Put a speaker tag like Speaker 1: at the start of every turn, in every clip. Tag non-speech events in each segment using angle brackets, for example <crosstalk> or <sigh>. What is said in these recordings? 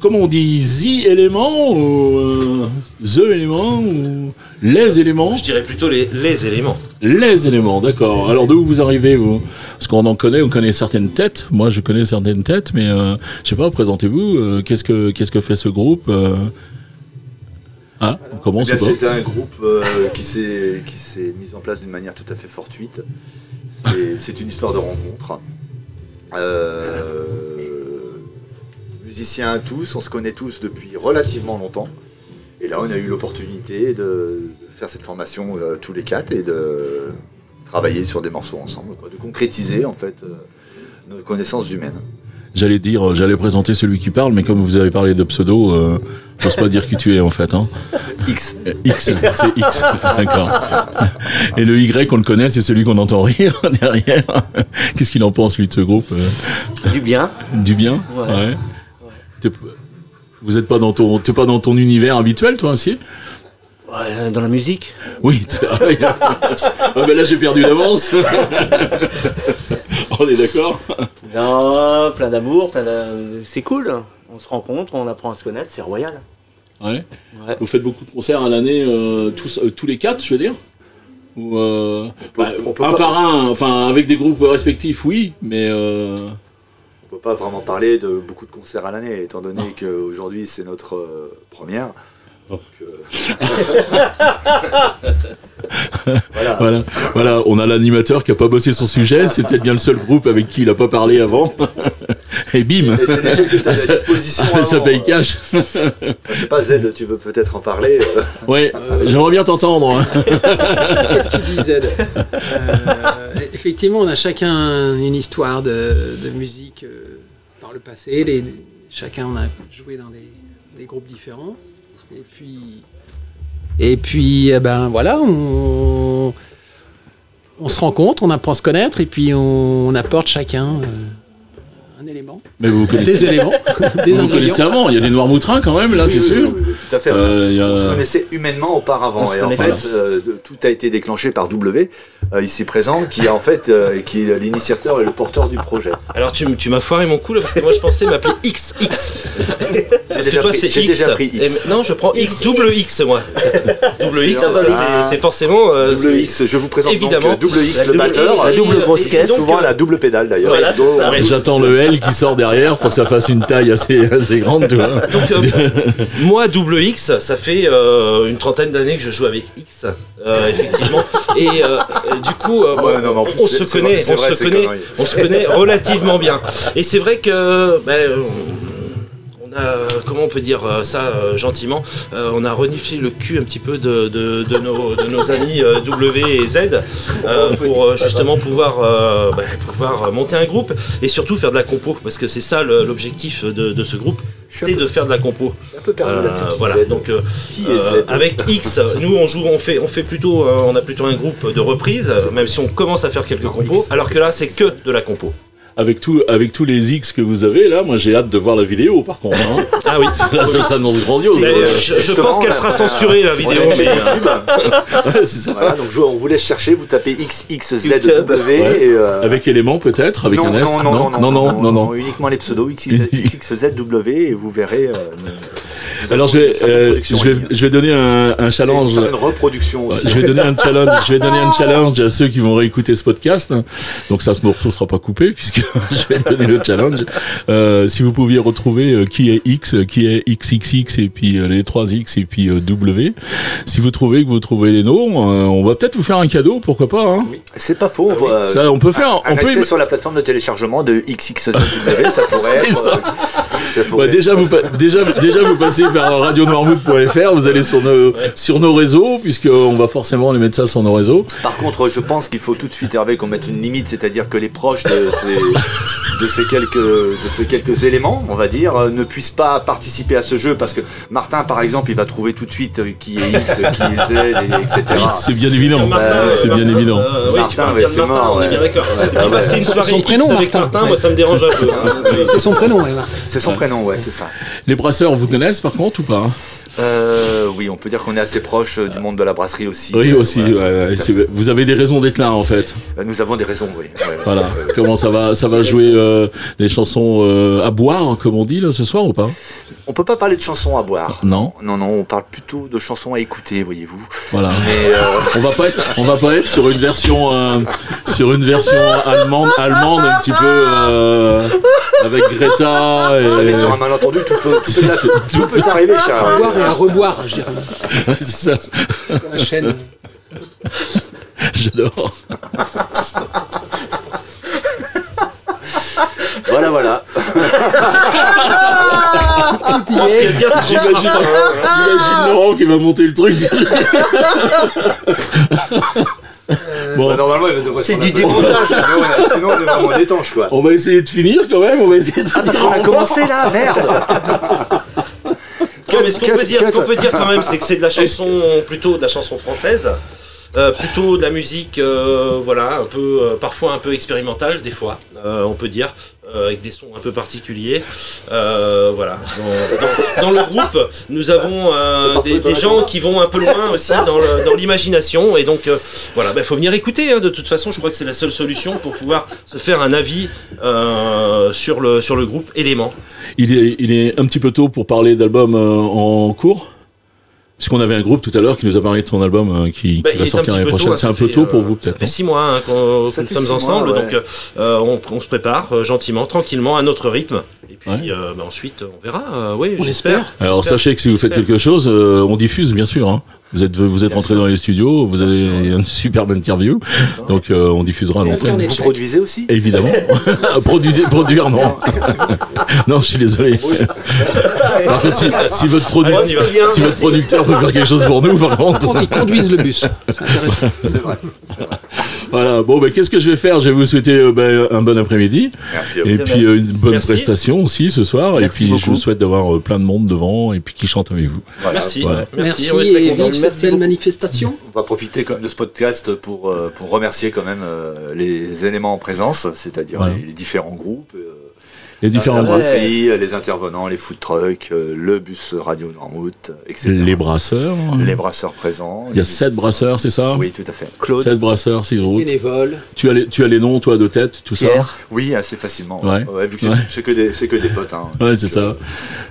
Speaker 1: Comment on dit The éléments ou euh, The éléments ou les éléments
Speaker 2: Je dirais plutôt les, les éléments.
Speaker 1: Les éléments, d'accord. Alors d'où vous arrivez vous Parce qu'on en connaît, on connaît certaines têtes. Moi, je connais certaines têtes, mais euh, je sais pas. Présentez-vous. euh, qu'est-ce que qu'est-ce que fait ce groupe euh Ah, on
Speaker 3: Eh
Speaker 1: commence
Speaker 3: bien,
Speaker 1: ou pas
Speaker 3: C'était un groupe euh, qui s'est qui s'est mis en place d'une manière tout à fait fortuite. C'est- C'est une histoire de rencontre. Euh, musiciens à tous, on se connaît tous depuis relativement longtemps. Et là, on a eu l'opportunité de faire cette formation euh, tous les quatre et de travailler sur des morceaux ensemble, quoi, de concrétiser en fait euh, nos connaissances humaines.
Speaker 1: J'allais dire, euh, j'allais présenter celui qui parle, mais comme vous avez parlé de pseudo, euh, j'ose pas dire qui tu es en fait. Hein.
Speaker 3: X.
Speaker 1: Euh, X, c'est X, d'accord. Et le Y, on le connaît, c'est celui qu'on entend rire <laughs> derrière. Qu'est-ce qu'il en pense, lui, de ce groupe euh,
Speaker 2: Du bien.
Speaker 1: Du bien
Speaker 2: Ouais.
Speaker 1: T'es p- Vous n'êtes pas, dans ton- t'es pas dans ton univers habituel, toi, aussi
Speaker 2: Ouais, dans la musique.
Speaker 1: Oui. t'es- Ah, oui. Ah, ben là, j'ai perdu l'avance. <laughs> On est d'accord
Speaker 2: Non, plein d'amour, plein d'a- C'est cool. On se rencontre, on apprend à se connaître, c'est royal.
Speaker 1: Ouais.
Speaker 2: Ouais.
Speaker 1: Vous faites beaucoup de concerts à l'année, euh, tous, euh, tous les quatre, je veux dire Ou, euh, bah,
Speaker 3: on peut
Speaker 1: un
Speaker 3: pas-
Speaker 1: par un, enfin avec des groupes respectifs, oui, mais euh,
Speaker 3: On peut pas vraiment parler de beaucoup de concerts à l'année, étant donné
Speaker 1: Ah.
Speaker 3: qu'aujourd'hui c'est notre euh, première.
Speaker 1: Oh.
Speaker 3: Donc, euh, <laughs> voilà.
Speaker 1: voilà, voilà, on a l'animateur qui a pas bossé son sujet, c'est peut-être bien le seul groupe avec qui il a pas parlé avant, <laughs> et bim,
Speaker 3: Et c'est des trucs que t'avais à
Speaker 1: Ça-
Speaker 3: disposition
Speaker 1: <laughs> ça
Speaker 3: avant,
Speaker 1: paye
Speaker 3: euh,
Speaker 1: cash.
Speaker 3: Je sais pas, Z, tu veux peut-être en parler.
Speaker 1: <laughs>
Speaker 3: euh,
Speaker 1: Ouais, euh, j'aimerais bien t'entendre. hein.
Speaker 4: Qu'est-ce qu'il disait de- Euh, <laughs> Effectivement, on a chacun une histoire de, de musique euh, par le passé. Les- chacun on a joué dans des, des groupes différents. Et puis, et puis, eh ben voilà, on, on se rencontre, on apprend à se connaître, et puis on, on apporte chacun euh, un élément,
Speaker 1: Mais vous vous connaissez,
Speaker 4: des
Speaker 1: <laughs>
Speaker 4: éléments,
Speaker 1: vous
Speaker 4: des
Speaker 1: vous connaissez
Speaker 4: ingrédients.
Speaker 1: avant, il y a des noirs moutrins quand même, là, c'est
Speaker 3: oui,
Speaker 1: sûr.
Speaker 3: oui, oui, Tout à fait.
Speaker 1: Euh, il y a-
Speaker 3: On se connaissait humainement auparavant.
Speaker 2: On se
Speaker 3: Et en
Speaker 2: connaît.
Speaker 3: fait, euh, tout a été déclenché par W, euh, ici présent, qui est en fait euh, qui est l'initiateur et le porteur du projet.
Speaker 2: Alors tu, m- tu m'as foiré mon coup là parce que moi je pensais
Speaker 3: <laughs>
Speaker 2: m'appeler XX.
Speaker 3: J'ai
Speaker 2: Parce que
Speaker 3: déjà,
Speaker 2: toi
Speaker 3: pris-
Speaker 2: c'est
Speaker 3: j'ai
Speaker 2: X.
Speaker 3: déjà pris
Speaker 2: Et
Speaker 3: X.
Speaker 2: m- non je prends X, double X moi. double X,
Speaker 3: Ah, bah oui.
Speaker 2: c'est- c'est forcément. euh,
Speaker 3: Double
Speaker 2: c'est-
Speaker 3: X, je vous présente
Speaker 2: Évidemment.
Speaker 3: donc euh, Double
Speaker 2: La
Speaker 3: X, le
Speaker 2: double-
Speaker 3: batteur.
Speaker 2: la double grosse
Speaker 3: Et
Speaker 2: caisse.
Speaker 3: Souvent la double pédale d'ailleurs.
Speaker 2: Voilà,
Speaker 3: Donc,
Speaker 2: c'est ça, oui.
Speaker 1: J'attends le L qui sort derrière pour que ça fasse une taille assez, assez grande, tu vois.
Speaker 3: <laughs>
Speaker 2: Donc euh, moi double X, ça fait euh, une trentaine d'années que je joue avec X, euh, effectivement. Et euh, euh, du coup, euh,
Speaker 3: Ouais, non, mais en plus,
Speaker 2: on
Speaker 3: c'est-
Speaker 2: se
Speaker 3: c'est
Speaker 2: connaît,
Speaker 3: vrai- c'est
Speaker 2: on
Speaker 3: vrai,
Speaker 2: se
Speaker 3: c'est
Speaker 2: connaît,
Speaker 3: connerie.
Speaker 2: on se connaît relativement bien. Et c'est vrai que ben, euh, on a, comment on peut dire euh, ça euh, gentiment, euh, on a reniflé le cul un petit peu de, de- de nos, de nos amis euh, W et Z
Speaker 3: <laughs>
Speaker 2: euh, pour euh, justement pouvoir, euh, ben, pouvoir monter un groupe et surtout faire de la compo parce que c'est ça le- l'objectif de, de ce groupe, c'est de faire de la compo.
Speaker 3: un peu perdu, là, Ah, c'est
Speaker 2: Euh,
Speaker 3: qui
Speaker 2: voilà,
Speaker 3: Z
Speaker 2: donc euh,
Speaker 3: Qui est
Speaker 2: euh,
Speaker 3: Z
Speaker 2: avec
Speaker 3: <laughs>
Speaker 2: X, nous on joue, on fait, on fait plutôt, euh, on a plutôt un groupe de reprises, euh, même si on commence à faire quelques compos, alors que là c'est que de la compo.
Speaker 1: Avec, tout, avec tous les X que vous avez, là, moi j'ai hâte de voir la vidéo par contre. <laughs> hein.
Speaker 2: Ah oui.
Speaker 1: Là, ça s'annonce grandiose.
Speaker 2: Mais,
Speaker 1: hein.
Speaker 2: euh,
Speaker 3: Oh,
Speaker 2: je, je
Speaker 3: bah, Justement,
Speaker 2: pense qu'elle
Speaker 3: là,
Speaker 2: sera
Speaker 3: on a- <laughs>
Speaker 2: censurée la
Speaker 3: On
Speaker 2: vidéo.
Speaker 3: est chez
Speaker 2: mais, euh,
Speaker 3: YouTube.
Speaker 1: Ouais, c'est ça.
Speaker 3: Voilà, donc je- on vous laisse chercher, vous tapez XXZW
Speaker 2: YouTube.
Speaker 1: Ouais.
Speaker 3: et euh,
Speaker 1: Avec éléments peut-être, avec
Speaker 3: non,
Speaker 1: un S.
Speaker 3: hein. non, non, non,
Speaker 1: non, non, non, non.
Speaker 3: uniquement les pseudos
Speaker 1: <laughs>
Speaker 3: XXZW et vous verrez. euh, nous
Speaker 1: <laughs> Alors je
Speaker 3: avons une
Speaker 1: vais,
Speaker 3: certaine
Speaker 1: euh,
Speaker 3: production
Speaker 1: je
Speaker 3: en
Speaker 1: vais,
Speaker 3: ligne.
Speaker 1: je vais donner un, un
Speaker 3: Et une
Speaker 1: challenge.
Speaker 3: certaine reproduction aussi.
Speaker 1: Je vais donner un challenge. Je vais donner un challenge à ceux qui vont réécouter ce podcast. Donc ça, ce morceau sera pas coupé puisque <laughs> je vais donner le challenge. Euh, si vous pouviez retrouver euh, qui est X, euh, qui est XXX et puis euh, les 3 X et puis euh, W. Si vous trouvez que vous trouvez les noms, euh, on va peut-être vous faire un cadeau, pourquoi pas. Hein.
Speaker 3: C'est pas faux. On, va-
Speaker 1: Ça, on peut faire.
Speaker 3: Euh, ah, un
Speaker 1: on peut.
Speaker 3: accès sur la plateforme de téléchargement de XXZW, ça pourrait
Speaker 1: <laughs> C'est
Speaker 3: être.
Speaker 1: ça.
Speaker 3: ça
Speaker 1: Bah,
Speaker 3: pourrait être- <laughs>
Speaker 1: déjà, vous pa- déjà, déjà, vous passez par radionoirmouth.fr, vous allez sur nos, sur nos réseaux, puisqu'on va forcément les mettre ça sur nos réseaux.
Speaker 3: Par contre, je pense qu'il faut tout de suite, Hervé, qu'on mette une limite, c'est-à-dire que les proches de ces, de ces quelques, de ces quelques éléments, on va dire, euh, ne puissent pas participer à ce jeu parce que Martin, par exemple, il va trouver tout de suite euh, qui est X, qui est Z, et- etc.
Speaker 1: Oui, c'est bien évident.
Speaker 3: Martin,
Speaker 1: Bah, c'est bien
Speaker 2: Martin,
Speaker 1: évident.
Speaker 2: euh, oui, tu
Speaker 3: Martin,
Speaker 2: parles
Speaker 3: ouais,
Speaker 2: bien de
Speaker 3: c'est
Speaker 2: Martin, Ah,
Speaker 3: mort,
Speaker 2: on est bien
Speaker 3: ouais.
Speaker 2: d'accord.
Speaker 3: Ouais, bah,
Speaker 2: Et passer
Speaker 3: ouais.
Speaker 2: une soirée
Speaker 4: Son
Speaker 2: X
Speaker 4: prénom,
Speaker 2: avec
Speaker 4: Martin.
Speaker 2: Martin, moi ça me dérange un peu. hein.
Speaker 4: C'est son prénom, ouais, voilà.
Speaker 3: C'est son prénom, ouais, c'est ça.
Speaker 1: Les brasseurs vous connaissent par contre ou pas hein
Speaker 3: Euh, oui, on peut dire qu'on est assez proche euh, du monde de la brasserie aussi.
Speaker 1: Oui,
Speaker 3: Euh,
Speaker 1: aussi.
Speaker 3: voilà.
Speaker 1: ouais, ouais, c'est- vous avez des raisons d'être là, en fait.
Speaker 3: Euh, Nous avons des raisons, oui. Ouais, ouais.
Speaker 1: Voilà. Comment ça va, ça va jouer euh, les chansons euh, à boire, comme on dit là ce soir ou pas
Speaker 3: On peut pas parler de chansons à boire.
Speaker 1: Non.
Speaker 3: Non, non, on parle plutôt de chansons à écouter, voyez-vous.
Speaker 1: Voilà.
Speaker 3: Mais euh,
Speaker 1: <laughs> On va pas être, on va pas être sur une version, euh, sur une version allemande, allemande un petit peu euh, avec Greta.
Speaker 3: vous savez,
Speaker 1: Et...
Speaker 3: sur un malentendu, tout peut, tout peut- tout peut
Speaker 1: Euh,
Speaker 3: arriver,
Speaker 4: À
Speaker 1: <laughs>
Speaker 3: Charles.
Speaker 4: boire et à reboire, je dirais,
Speaker 1: C'est <laughs> ça.
Speaker 4: comme la chaîne.
Speaker 1: J'adore.
Speaker 3: Voilà, voilà.
Speaker 4: Tout y est.
Speaker 2: bien,
Speaker 3: <laughs>
Speaker 2: c'est
Speaker 1: J'imagine, j'imagine Laurent qui va monter le truc.
Speaker 3: Bah,
Speaker 1: bon,
Speaker 3: normalement, il devrait
Speaker 2: C'est
Speaker 3: s'en
Speaker 2: du
Speaker 3: appeler.
Speaker 2: démontage.
Speaker 3: Sinon, on est- Sinon, on est vraiment détanche, quoi.
Speaker 1: on va essayer de finir quand même. On va essayer de
Speaker 3: Ah, parce
Speaker 1: finir
Speaker 3: qu'on
Speaker 1: en
Speaker 3: a commencé là, merde
Speaker 2: Non, mais ce qu'on
Speaker 3: Quatre-
Speaker 2: peut dire, ce
Speaker 3: quatre-
Speaker 2: qu'on peut dire quand même, c'est que c'est de la chanson plutôt de la chanson française, euh, plutôt de la musique, euh, voilà, un peu, euh, parfois un peu expérimentale des fois, euh, on peut dire, euh, avec des sons un peu particuliers, Euh, voilà. Dans, dans- dans le groupe, nous avons euh, des, des gens qui vont un peu loin aussi dans le- dans l'imagination, et donc euh, voilà, il faut venir écouter. hein. de toute façon, je crois que c'est la seule solution pour pouvoir se faire un avis euh, sur le sur le groupe Élément.
Speaker 1: Il est, il est un petit peu tôt pour parler d'album euh, en cours. Puisqu'on avait un groupe tout à l'heure qui nous a parlé de son album euh, qui,
Speaker 2: Bah,
Speaker 1: qui va
Speaker 2: il est un
Speaker 1: sortir
Speaker 2: petit
Speaker 1: l'année
Speaker 2: peu
Speaker 1: prochaine.
Speaker 2: tôt,
Speaker 1: C'est
Speaker 2: hein,
Speaker 1: un
Speaker 2: ça
Speaker 1: peu
Speaker 2: fait,
Speaker 1: tôt
Speaker 2: euh,
Speaker 1: pour vous
Speaker 2: Ça
Speaker 1: peut-être.
Speaker 2: fait six mois hein, qu'on
Speaker 3: Ça
Speaker 2: que
Speaker 3: fait
Speaker 2: nous sommes
Speaker 3: six mois,
Speaker 2: ensemble,
Speaker 3: ouais.
Speaker 2: donc euh, on, on se prépare euh, gentiment, tranquillement, à notre rythme. Et puis
Speaker 1: Ouais.
Speaker 2: euh, bah, ensuite, on verra. euh, oui,
Speaker 4: On
Speaker 2: j'espère.
Speaker 4: espère.
Speaker 1: Alors
Speaker 2: J'espère.
Speaker 1: sachez que si vous faites
Speaker 2: J'espère.
Speaker 1: quelque chose, euh, on diffuse bien sûr. hein. Vous êtes, vous êtes rentré dans les studios, vous avez une superbe interview, donc euh, on diffusera à l'entrée.
Speaker 4: Internet.
Speaker 3: Vous produisez aussi
Speaker 2: <laughs>
Speaker 1: Évidemment. <laughs> Produisez, produire, non. <laughs> non, je suis
Speaker 2: <laughs>
Speaker 1: désolé. Par contre, si, si votre produ-
Speaker 2: Allez, on y va.
Speaker 1: si votre producteur peut faire quelque chose pour nous, par
Speaker 4: Par
Speaker 1: contre.
Speaker 4: contre, ils conduisent le bus. C'est intéressant.
Speaker 3: C'est vrai.
Speaker 1: Voilà, bon, ben, qu'est-ce que je vais faire Je vais vous souhaiter euh, ben, un bon après-midi.
Speaker 3: Merci.
Speaker 1: Et puis euh, une bonne
Speaker 2: Merci.
Speaker 1: prestation aussi ce soir.
Speaker 3: Merci
Speaker 1: et puis je
Speaker 3: beaucoup.
Speaker 1: vous souhaite d'avoir euh, plein de monde devant et puis qui chante avec vous.
Speaker 3: Voilà.
Speaker 2: Merci.
Speaker 1: Voilà.
Speaker 2: Merci,
Speaker 4: Merci,
Speaker 2: on est très
Speaker 4: et
Speaker 2: contents.
Speaker 4: vive cette belle manifestation.
Speaker 3: On va profiter quand même de ce podcast pour, euh, pour remercier quand même euh, les éléments en présence, c'est-à-dire
Speaker 1: Voilà.
Speaker 3: les, les différents groupes, euh,
Speaker 1: Les différents
Speaker 3: la
Speaker 1: brasses.
Speaker 3: brasserie, euh, les intervenants, les food trucks, euh, le bus Radio Normout, etc.
Speaker 1: Les brasseurs.
Speaker 3: Les brasseurs présents.
Speaker 1: Il y a sept brasseurs, c'est ça
Speaker 3: Oui, tout à fait. Claude.
Speaker 1: Sept brasseurs, si je roule.
Speaker 4: Bénévole.
Speaker 1: Tu as les, tu as les noms, toi, de tête, tout ça
Speaker 3: Oui, assez facilement.
Speaker 1: Ouais.
Speaker 3: vu que c'est-
Speaker 1: Ouais.
Speaker 3: c'est que des, c'est que des potes. hein.
Speaker 1: Ouais, c'est ça.
Speaker 3: Donc,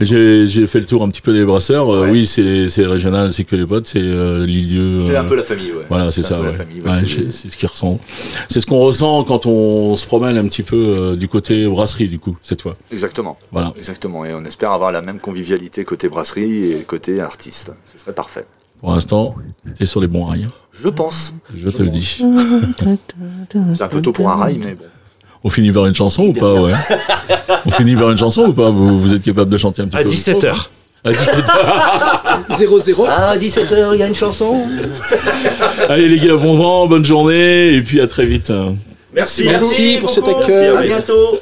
Speaker 1: J'ai j'ai fait le tour un petit peu des brasseurs. Euh,
Speaker 3: Ouais.
Speaker 1: Oui, c'est c'est régional, c'est que les potes, c'est euh, Lilieu.
Speaker 3: euh, C'est
Speaker 1: euh,
Speaker 3: un peu la famille, ouais.
Speaker 1: Voilà, c'est ça.
Speaker 3: un peu
Speaker 1: ouais.
Speaker 3: la famille, ouais,
Speaker 1: Ouais,
Speaker 3: c'est-
Speaker 1: C'est c'est ce qui ressent. C'est ce qu'on ressent quand on se promène un petit peu euh, du côté brasserie, du coup, cette fois.
Speaker 3: Exactement.
Speaker 1: Voilà.
Speaker 3: Exactement. Et on espère avoir la même convivialité côté brasserie et côté artiste. Ce serait parfait.
Speaker 1: Pour l'instant, t'es sur les bons rails.
Speaker 3: Je pense.
Speaker 1: Je te le dis.
Speaker 3: C'est un peu tôt pour un rail, mais bon.
Speaker 1: On finit par une chanson ou pas ouais On finit par une chanson ou pas vous, vous êtes capable de chanter un petit
Speaker 2: À
Speaker 1: peu
Speaker 2: 17h.
Speaker 1: À 17h.
Speaker 4: 0-0.
Speaker 5: Ah, 17h, il y a une chanson
Speaker 1: Allez les gars, bon vent, bonne journée et puis à très vite. hein.
Speaker 2: Merci,
Speaker 4: Merci pour cet
Speaker 2: beaucoup.
Speaker 4: accueil.
Speaker 2: À bientôt.